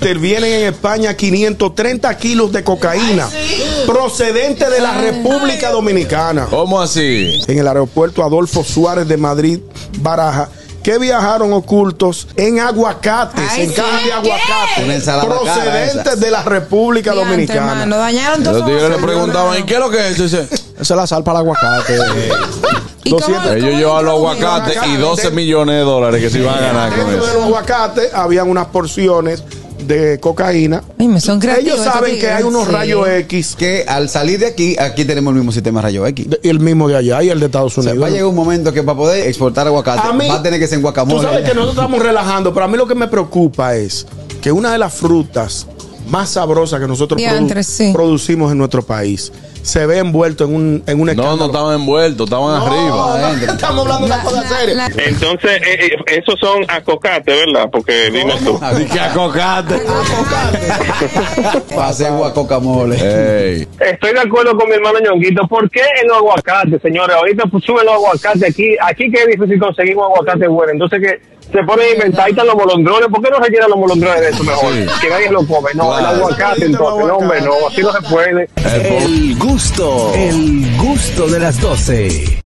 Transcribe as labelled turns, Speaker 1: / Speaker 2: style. Speaker 1: Intervienen en España 530 kilos de cocaína procedente de la República Dominicana.
Speaker 2: ¿Cómo así?
Speaker 1: En el aeropuerto Adolfo Suárez de Madrid, Baraja, que viajaron ocultos en aguacates,
Speaker 3: Ay,
Speaker 1: en cajas de
Speaker 3: sí.
Speaker 2: Una
Speaker 1: aguacates
Speaker 2: ensalada cara esa.
Speaker 1: procedentes de la República
Speaker 3: Diante, hermano,
Speaker 1: Dominicana.
Speaker 3: dañaron todo.
Speaker 2: Los tigres le preguntaban, ¿y qué es lo que es? Dice,
Speaker 1: Esa es la sal para el aguacate.
Speaker 2: ellos llevan los aguacates
Speaker 1: Acá,
Speaker 2: y 12
Speaker 1: de-
Speaker 2: millones de dólares que se iban a ganar con
Speaker 1: Dentro de
Speaker 2: Ah, eso.
Speaker 1: los aguacates habían unas porciones de cocaína.
Speaker 3: Dime, son creativos
Speaker 1: Ellos
Speaker 3: estos
Speaker 1: saben que
Speaker 3: tigres,
Speaker 1: hay unos
Speaker 3: sí.
Speaker 1: rayos X,
Speaker 4: que al salir de aquí, aquí tenemos el mismo sistema rayo X.
Speaker 1: de- el mismo de allá y el de Estados
Speaker 4: O sea,
Speaker 1: Unidos.
Speaker 4: va a llegar un momento que para poder exportar aguacate
Speaker 1: A mí-
Speaker 4: va a tener que ser en
Speaker 1: Tú
Speaker 4: guacamole.
Speaker 1: sabes que nosotros estamos relajando, pero a mí lo que me preocupa es que una de las frutas más sabrosas que nosotros
Speaker 3: Diantre,
Speaker 1: produ-
Speaker 3: sí.
Speaker 1: producimos en nuestro país se ve envuelto en un en un
Speaker 2: No,
Speaker 1: escándalo.
Speaker 2: no estaban envueltos, estaban
Speaker 1: No,
Speaker 2: arriba.
Speaker 4: adentro.
Speaker 1: estamos hablando de una
Speaker 3: La-
Speaker 1: cosa
Speaker 3: la-
Speaker 1: seria.
Speaker 3: la-
Speaker 5: Entonces, eh, eh, esos son acocates, ¿verdad? Porque dime tú.
Speaker 2: Así que acocate.
Speaker 4: Va a ser
Speaker 2: Eh,
Speaker 4: guacocamole.
Speaker 2: Ey,
Speaker 6: Estoy de acuerdo con mi hermano Ñonguito. ¿Por qué en los aguacates, señores? Ahorita pues, suben los aguacates aquí. Aquí que es difícil conseguir un aguacate bueno. Entonces que se ponen a inventar. Ahí están los molondrones. ¿Por qué no se quitan los molondrones de eso mejor?
Speaker 2: Sí.
Speaker 6: Que nadie lo come. No,
Speaker 2: Claro.
Speaker 6: el aguacate entonces. No, hombre, no. Así no se puede.
Speaker 2: el
Speaker 7: El gusto, el gusto de las 12.